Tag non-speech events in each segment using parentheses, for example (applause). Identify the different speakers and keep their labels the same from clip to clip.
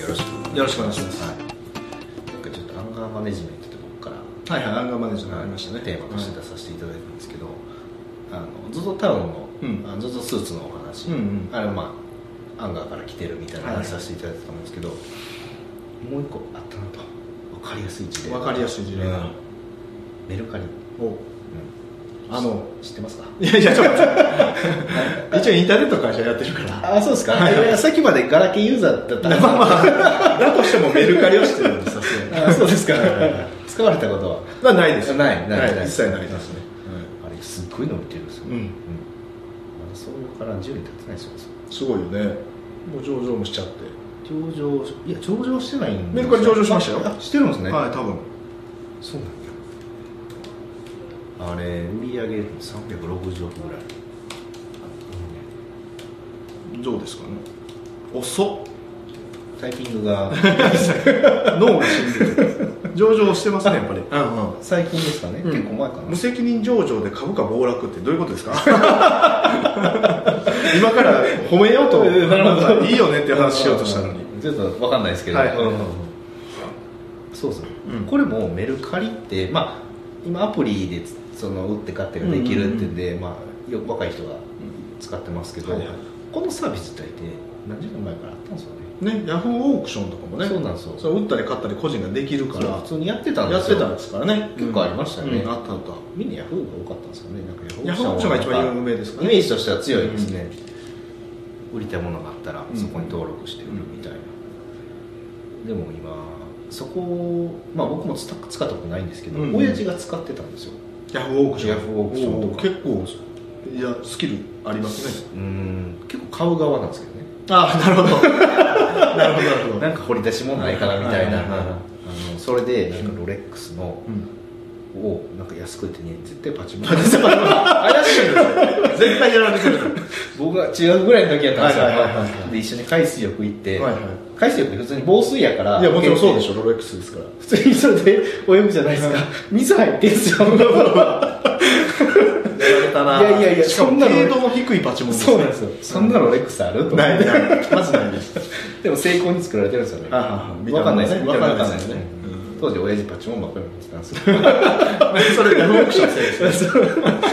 Speaker 1: よろしくお願いします
Speaker 2: はいなんかちょっとアンガーマネジメントって僕から
Speaker 1: はいはいアンガーマネージャーのありましたね
Speaker 2: テーマとして出させていただいたんですけど、あのゾゾタウンの、
Speaker 1: うん
Speaker 2: あのゾゾスーツのお話、
Speaker 1: うんうん
Speaker 2: あれはまあアンガーから来てるみたいな
Speaker 1: はい
Speaker 2: 話させていただいたと思うんですけど、もう一個あったなと分かりやすい事例
Speaker 1: わかりやすい事例が
Speaker 2: うんメルカリ、
Speaker 1: おあの
Speaker 2: 知ってますか
Speaker 1: いやいやちょっと (laughs) 待って一応インターネットの会社やってるから
Speaker 2: あそうですかいやさっきまでガラケーユーザーだったんで
Speaker 1: まあまあだとしてもメルカリをしてるんですさ (laughs) すがに
Speaker 2: あそうですか使われたことは
Speaker 1: まあないです
Speaker 2: ないないない
Speaker 1: 一切ないですね
Speaker 2: あれすっごい伸びてるんですよ、
Speaker 1: うん
Speaker 2: まだ創業から10年経ってないそうですよ
Speaker 1: すごいよねもう上場もしちゃって
Speaker 2: 上場しいや上場してないんですよ
Speaker 1: メルカリ上場しましたよ
Speaker 2: あしてるんですね、
Speaker 1: はい多分
Speaker 2: そうなんだあれ売り上げ360億ぐらい
Speaker 1: どうですかね遅っ
Speaker 2: タイピングが
Speaker 1: 脳が死んでる上場してますねやっぱりうんうん
Speaker 2: 最近ですかね、
Speaker 1: うん
Speaker 2: 結構前かな
Speaker 1: 無責任上場で株価暴落ってどういうことですか (laughs) 今から褒めようと
Speaker 2: うんなるほど
Speaker 1: いいよねっていう話しようとしたのに
Speaker 2: うんちょっと分かんないですけど、
Speaker 1: はいうんうんうん
Speaker 2: そうそう、
Speaker 1: うん
Speaker 2: これもメルカリってまあ今アプリでつその打って買ってができるっていうんで、まあ、よ若い人が使ってますけど、
Speaker 1: はいはい
Speaker 2: このサービス自体って何十年前からあったんですよね
Speaker 1: ねヤフーオークションとかもね
Speaker 2: そうなんですよ
Speaker 1: それ打ったり買ったり個人ができるか
Speaker 2: だ
Speaker 1: ら
Speaker 2: から普通にやってたんで
Speaker 1: やっ
Speaker 2: す
Speaker 1: て
Speaker 2: よ
Speaker 1: たんですからね
Speaker 2: 結構ありましたよね
Speaker 1: うんあったあった
Speaker 2: ミニヤフーが多かったんですよねなんか
Speaker 1: ヤフーオークションが一番有名ですか
Speaker 2: イ
Speaker 1: ね
Speaker 2: メージとしては強いですね、売りたいものがあったら
Speaker 1: うん
Speaker 2: そこに登録して売るみたいな、でも今そこをまあ僕もつた使ったことないんですけど、
Speaker 1: うん
Speaker 2: 親父が使ってたんですよ
Speaker 1: ヤフーオークション
Speaker 2: ヤフーオークションとか
Speaker 1: おー結構いやスキルあ
Speaker 2: (laughs)
Speaker 1: りますね
Speaker 2: うん結構買う側なんですけどね
Speaker 1: あ (laughs) なるほどなるほどなるほど
Speaker 2: なんか掘り出し問題かなみたいな
Speaker 1: はいはいはいはい
Speaker 2: (laughs) あのそれでなんかロレックスの
Speaker 1: うん
Speaker 2: をなんか安く売ってね絶対パチモン怪しいん
Speaker 1: (laughs)
Speaker 2: ですよ絶対やられてる僕が中学ぐらいの時やったんですよ、
Speaker 1: はいはいはいはい
Speaker 2: で一緒に海水浴行って、
Speaker 1: はいはい
Speaker 2: 海水浴って普通に防水やから
Speaker 1: いやもちろんそうでし
Speaker 2: ょ
Speaker 1: ょロレックスですから
Speaker 2: 普通にそれで泳ぐじゃないです (laughs) か、水入ってんすよ
Speaker 1: やられた
Speaker 2: いやいやいや
Speaker 1: しか
Speaker 2: そん
Speaker 1: も
Speaker 2: なの
Speaker 1: 程度も低いパチモン
Speaker 2: そうなんですよそんなロレックスあると思
Speaker 1: な
Speaker 2: っ
Speaker 1: い
Speaker 2: て
Speaker 1: ないまずな
Speaker 2: (laughs)
Speaker 1: いです
Speaker 2: でも成功に作られてるんですよね
Speaker 1: あはは
Speaker 2: 分かんないですね
Speaker 1: わかんないです
Speaker 2: わ
Speaker 1: ね
Speaker 2: うん当時親父パチモンばっかり持ってたんですよ
Speaker 1: それヤフーオークションのせいですね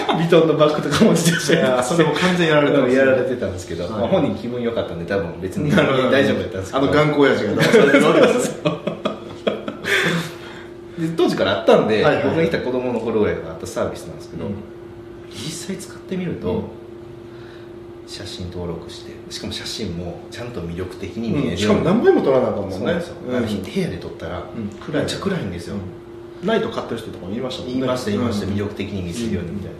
Speaker 2: (laughs) ビトンのバッグとか持ち出して
Speaker 1: いやそれも完全にやられてますね
Speaker 2: やられてたんですけど、
Speaker 1: はい
Speaker 2: まあ、本人気分良かったんで多分別に
Speaker 1: なるほど
Speaker 2: 大丈夫やったんですけど
Speaker 1: あの頑固親父が騙されてるわけですね
Speaker 2: で当時からあったんで、
Speaker 1: はいはい
Speaker 2: 僕が来た子供の頃ぐらいからあったサービスなんですけど、
Speaker 1: うん
Speaker 2: 実際使ってみると、
Speaker 1: うん
Speaker 2: 写真登録してしかも写真もちゃんと魅力的に見えるよう
Speaker 1: う
Speaker 2: に
Speaker 1: んしかも何枚も取らなあかんもんね
Speaker 2: そうなんですよ、あの部屋で撮ったら、
Speaker 1: うん
Speaker 2: めっちゃ暗いんですよ、
Speaker 1: うんライト買ってる人とかもいましたもん
Speaker 2: 言
Speaker 1: ね
Speaker 2: いました言いました、
Speaker 1: うん
Speaker 2: 魅力的に見せるようにみたいな、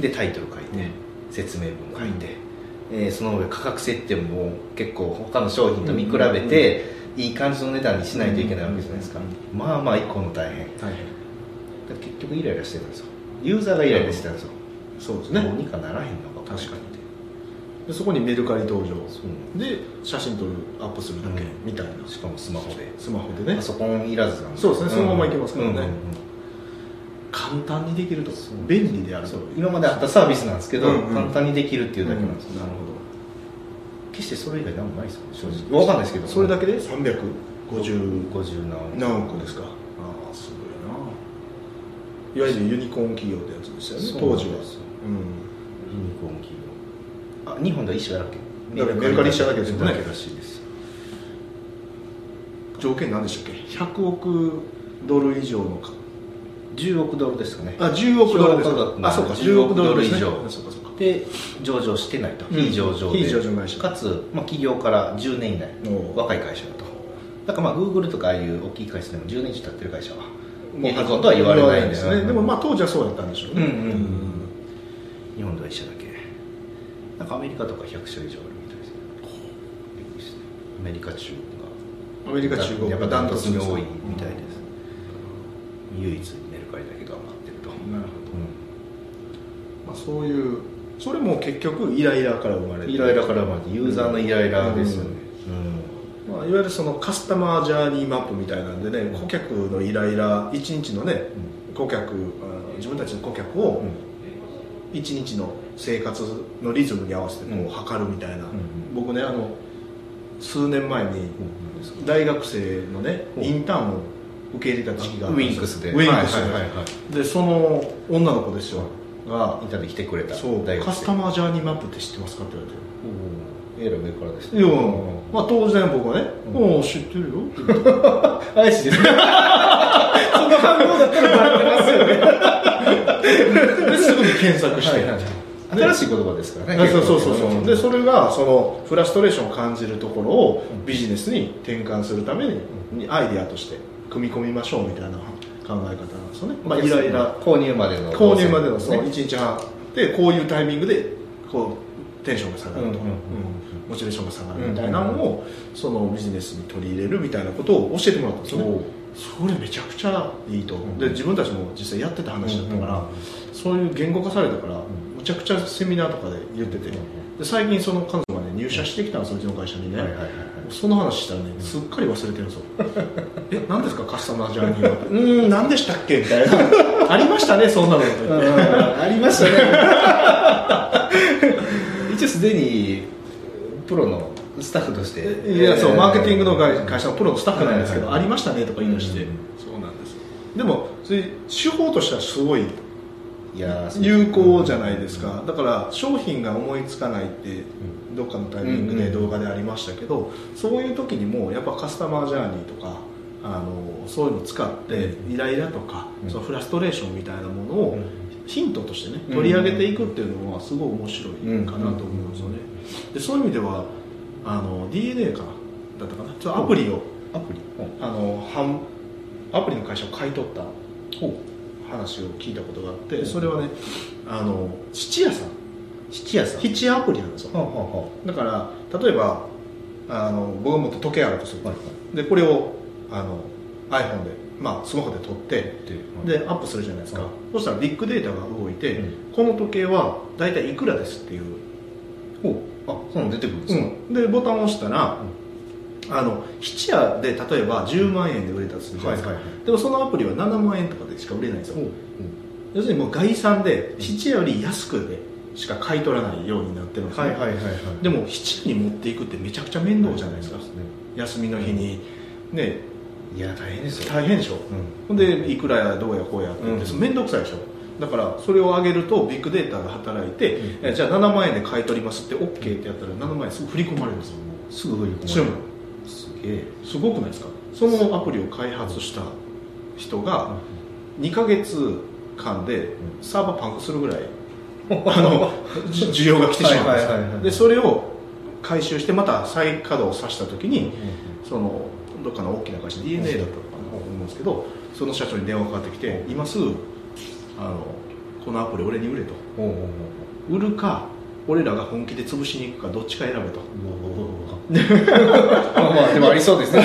Speaker 2: でタイトル書いて、
Speaker 1: うん
Speaker 2: 説明文書いて、えーその上価格設定も結構他の商品と見比べて、いい感じの値段にしないといけないわけじゃないですか、
Speaker 1: うんうん
Speaker 2: まあまあ一個の大変だか
Speaker 1: 大変
Speaker 2: ら結局イライラしてたんですよユーザーがイライラしてたんですよ、
Speaker 1: そうです
Speaker 2: どう
Speaker 1: ね
Speaker 2: にかならへんのか
Speaker 1: 確かに
Speaker 2: って
Speaker 1: でそこにメルカリ登場
Speaker 2: そう
Speaker 1: で写真撮るアップするだけ
Speaker 2: うん
Speaker 1: みたいな
Speaker 2: しかもスマホで
Speaker 1: スマホでね
Speaker 2: パソコンいらずなん
Speaker 1: そうですねそのままいけますからね
Speaker 2: うんうんうん
Speaker 1: 簡単にできると
Speaker 2: そう
Speaker 1: 便利である
Speaker 2: そ
Speaker 1: と
Speaker 2: う今まであったサービスなんですけど、
Speaker 1: うんうん
Speaker 2: 簡単にできるっていうだけなんですよ、
Speaker 1: なるほ
Speaker 2: 決してそれ以外何もないですよ正
Speaker 1: ど
Speaker 2: 直わかんないですけど
Speaker 1: それだ
Speaker 2: け
Speaker 1: けで350
Speaker 2: 50何
Speaker 1: 何億ですかああすごいないわゆるユニコーン企業ってやつですよね
Speaker 2: そうなん
Speaker 1: 当
Speaker 2: で
Speaker 1: 時は
Speaker 2: すよ
Speaker 1: うん
Speaker 2: ユニコーン企業あ日本では一社だらけ
Speaker 1: だからメルカリ一社だけですよね
Speaker 2: メルカリらしいです
Speaker 1: 条件何でしたっけ100億ドル以上のか
Speaker 2: 10億ドルですかね
Speaker 1: あ10億ドルです
Speaker 2: 10億ドル
Speaker 1: あそうか10億ドルですね
Speaker 2: 10億ドル以上
Speaker 1: そうかそうか
Speaker 2: で上場してないと、
Speaker 1: うん
Speaker 2: 非上場で
Speaker 1: 非上場会社
Speaker 2: かつ、まあ、起業から10年以内
Speaker 1: おう
Speaker 2: 若い会社だとだからまあグーグルとかああいう大きい会社でも10年以上経ってる会社は
Speaker 1: もう
Speaker 2: ユニコーンとは言われないん
Speaker 1: で
Speaker 2: ですす
Speaker 1: ね
Speaker 2: ね
Speaker 1: でもまあ当時はそうだったんでしょう
Speaker 2: うん
Speaker 1: ね
Speaker 2: うんうん日本では一社だけなんかアメリカとか100社以上あるみたいですねびっくりしたアメリカ中
Speaker 1: アメリカ中国
Speaker 2: やっぱダントツに多いみたい
Speaker 1: す
Speaker 2: です、唯一メルカリだけが上がってると
Speaker 1: なるほどまあ、そういうそれも結局イライラから生まれ
Speaker 2: うん
Speaker 1: て
Speaker 2: イライラから生まれてユーザーのイライラですよね、
Speaker 1: まあ、いわゆるそのカスタマージャーニーマップみたいなんでね顧客のイライラ一日のね顧客あ自分たちの顧
Speaker 2: う
Speaker 1: 客
Speaker 2: ん
Speaker 1: を
Speaker 2: うん
Speaker 1: 一日の生活のリズムに合わせてこ
Speaker 2: うん
Speaker 1: う測るみたいな、
Speaker 2: ん
Speaker 1: 僕ねあの数年前に大学生のね
Speaker 2: ほう
Speaker 1: インターンを受け入れた時期があ
Speaker 2: ウ
Speaker 1: ったん
Speaker 2: ィン
Speaker 1: よ
Speaker 2: クスで
Speaker 1: ウィンクスで,、
Speaker 2: はいはいはいは
Speaker 1: でその女の子ですよが
Speaker 2: いインターで来てくれた
Speaker 1: そう
Speaker 2: 大
Speaker 1: カ
Speaker 2: 学
Speaker 1: ス
Speaker 2: 生
Speaker 1: タマージャーニーマップって知ってますかって言われ
Speaker 2: お
Speaker 1: て
Speaker 2: ーえらい上からです
Speaker 1: いや、まあ当然僕はね「
Speaker 2: うん
Speaker 1: もう知ってるよ」って
Speaker 2: (laughs)
Speaker 1: 言って
Speaker 2: あ愛しですその反応だったらバレてますよね
Speaker 1: ですぐに検索して、
Speaker 2: はいはい新しい言葉ですからね
Speaker 1: あそうそうそうそう、で
Speaker 2: で
Speaker 1: それがそのフラストレーションを感じるところを
Speaker 2: うん
Speaker 1: ビジネスに転換するために、アイディアとして組み込みましょうみたいな考え方なんですよね、まあ、イライラ
Speaker 2: 購入までの
Speaker 1: 購入までのその
Speaker 2: ね
Speaker 1: 1日半でこういうタイミングでこうテンションが下がると、
Speaker 2: うんうんうん
Speaker 1: モチベーションが下がるみたいなのを、そのビジネスに取り入れるみたいなことを教えてもらったんですよね
Speaker 2: そう
Speaker 1: それめちゃくちゃいいと、
Speaker 2: ん
Speaker 1: で自分たちも実際やってた話だったから、そういう言語化されたから、
Speaker 2: ん
Speaker 1: むちゃくちゃセミナーとかで言ってて、
Speaker 2: うん
Speaker 1: で最近その彼女がね入社してきたんですようちの会社にね、
Speaker 2: はいはいはいはい
Speaker 1: その話したらねすっかり忘れて
Speaker 2: (laughs)
Speaker 1: るんですよえ何ですかカスタマージャーニーはうーん何でしたっけみたいな (laughs) ありましたねそんなのと
Speaker 2: う
Speaker 1: 言
Speaker 2: ん
Speaker 1: って
Speaker 2: ありました (laughs) ね一応すでにプロのスタッフとして
Speaker 1: えいやそうマーケティングの会会
Speaker 2: 社
Speaker 1: 社のプロのスタッフなんですけど、
Speaker 2: はいはいはい
Speaker 1: ありましたねとか言い出して、
Speaker 2: うん
Speaker 1: そうなんですよでもそれ手法としてはすごい
Speaker 2: いやーそう
Speaker 1: 有効じゃないですか、だから商品が思いつかないってどっかのタイミング
Speaker 2: うん
Speaker 1: で
Speaker 2: うん
Speaker 1: 動画でありましたけど、そういう時にもやっぱカスタマージャーニーとかあのそういうの使って
Speaker 2: う
Speaker 1: イライラとか、
Speaker 2: うん
Speaker 1: そのフラストレーションみたいなもの
Speaker 2: う
Speaker 1: を
Speaker 2: ん
Speaker 1: ヒントとしてね
Speaker 2: うん
Speaker 1: 取り上げていくっていうのはすごい面白いかなと思うんですよね、でそういう意味ではあの DNA かなだったかなちょっとアプリを
Speaker 2: アプリ
Speaker 1: あの販アプリの会社を買い取った
Speaker 2: ほ
Speaker 1: 話を聞いたことがあって、
Speaker 2: うん
Speaker 1: それはねあの質屋さん
Speaker 2: 質屋さん
Speaker 1: 質屋アプリなんですよ
Speaker 2: はあは
Speaker 1: だから例えばあの僕が持って時計あるとする
Speaker 2: あは
Speaker 1: でこれをあの iPhone で、まあ、スマホで撮って
Speaker 2: いで
Speaker 1: でアップするじゃないですか、
Speaker 2: はい
Speaker 1: そしたらビッグデータが動いて、
Speaker 2: う
Speaker 1: この時計は大体いくらですっていう、
Speaker 2: ほうあその出てくるんですか
Speaker 1: でボタンを押したら、あの質屋で例えば10万円で売れたとするじゃないですか、
Speaker 2: い
Speaker 1: でもそのアプリは7万円とかでしか売れないんですよ、要するにもう概算で質屋より安くでしか買い取らないようになってるんです
Speaker 2: は
Speaker 1: ね、
Speaker 2: いはいはい
Speaker 1: でも質屋に持っていくってめちゃくちゃ面倒じゃないですか、休みの日に、ね
Speaker 2: いや大変ですよ
Speaker 1: 大変でしょほんでいくらやどうやこうやって言って
Speaker 2: うん
Speaker 1: 面倒、くさいでしょだからそれを上げるとビッグデータが働いて、
Speaker 2: うん
Speaker 1: えじゃあ7万円で買い取りますって OK ってやったら7万円すぐ振り込まれるんですよ
Speaker 2: すぐ振り込まれる
Speaker 1: そういう
Speaker 2: すげえ
Speaker 1: のすごくないですかそのアプリを開発した人が2ヶ月間で
Speaker 2: う
Speaker 1: サーバーパンクするぐらい (laughs) あのじ需要が来てしまうんですよ
Speaker 2: はいはいはいはい
Speaker 1: でそれを回収してまた再稼働させた時にそのどっかの大きな会社 DNA だったのかなと思うんですけどその社長に電話かかってきて今すぐあのこのアプリ俺に売れと
Speaker 2: おうおうおう
Speaker 1: 売るか俺らが本気で潰しに行くかどっちか選べと
Speaker 2: まあまあでもありそうですね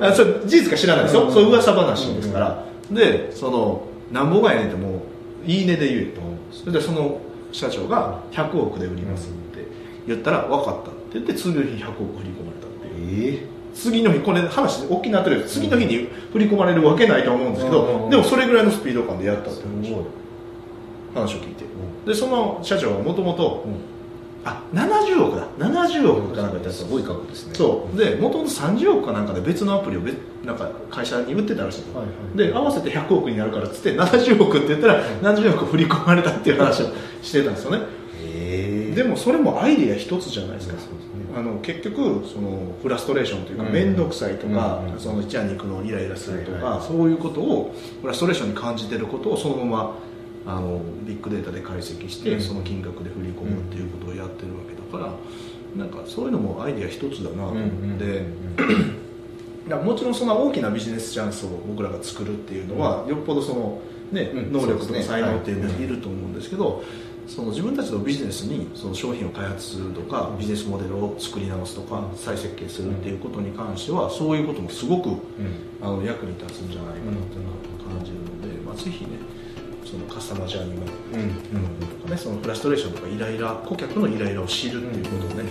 Speaker 1: あそれ事実か知らないです
Speaker 2: う
Speaker 1: よ
Speaker 2: ん
Speaker 1: そう噂話ですからでそのなんぼがやねんってもういいねで言えとそれでその社長が100億で売りますって言ったら分かったって言って次の日100億振り込まれたっていう
Speaker 2: え
Speaker 1: 次の日これ話大きなってるけど次の日に振り込まれるわけないと思うんですけど、
Speaker 2: うんうんうん
Speaker 1: でもそれぐらいのスピード感でやった
Speaker 2: え
Speaker 1: って
Speaker 2: ごい
Speaker 1: 話を聞いてでその社長はもともと
Speaker 2: うん
Speaker 1: あ70億だ70億かなんかってやつ
Speaker 2: すごい額ですね
Speaker 1: そうでもともと30億かなんかで別のアプリを別なんか会社に売ってたらしいんですよ、
Speaker 2: はいはい
Speaker 1: で合わせて100億になるからっつって70億って言ったら70億振り込まれたっていう話をしてたんですよね
Speaker 2: ええ
Speaker 1: でもそれもアイディア一つじゃないです
Speaker 2: そう
Speaker 1: か、
Speaker 2: ですね
Speaker 1: あの結局そのフラストレーションというか
Speaker 2: うん
Speaker 1: 面倒くさいとか、
Speaker 2: うん
Speaker 1: その一夜に行くのをイライラするとか、
Speaker 2: はいはい
Speaker 1: そういうことをフラストレーションに感じてることをそのままあのビッグデータで解析して、
Speaker 2: うん
Speaker 1: その金額で振り込むっていうことをやってるわけだから、なんかそういうのもアイディア一つだなと思っ
Speaker 2: うん
Speaker 1: て、
Speaker 2: うん
Speaker 1: だからもちろんそんな大きなビジネスチャンスを僕らが作るっていうのは、よっぽどその、ね
Speaker 2: うん
Speaker 1: 能力
Speaker 2: そう
Speaker 1: と
Speaker 2: で
Speaker 1: か
Speaker 2: すね
Speaker 1: 才能っていうの
Speaker 2: は
Speaker 1: が
Speaker 2: い
Speaker 1: いると思うんですけど、その自分たちのビジネスにその商品を開発するとかビジネスモデルを作り直すとか再設計するっていうことに関してはそういうこともすごく
Speaker 2: うん
Speaker 1: あの役に立つんじゃないかなっていうのは感じるので、まあ、ぜひねそのカスタマージャーニーマップ
Speaker 2: うんうん
Speaker 1: とかねそのフラストレーションとかイライラ顧客のイライラを知るっていうことをね、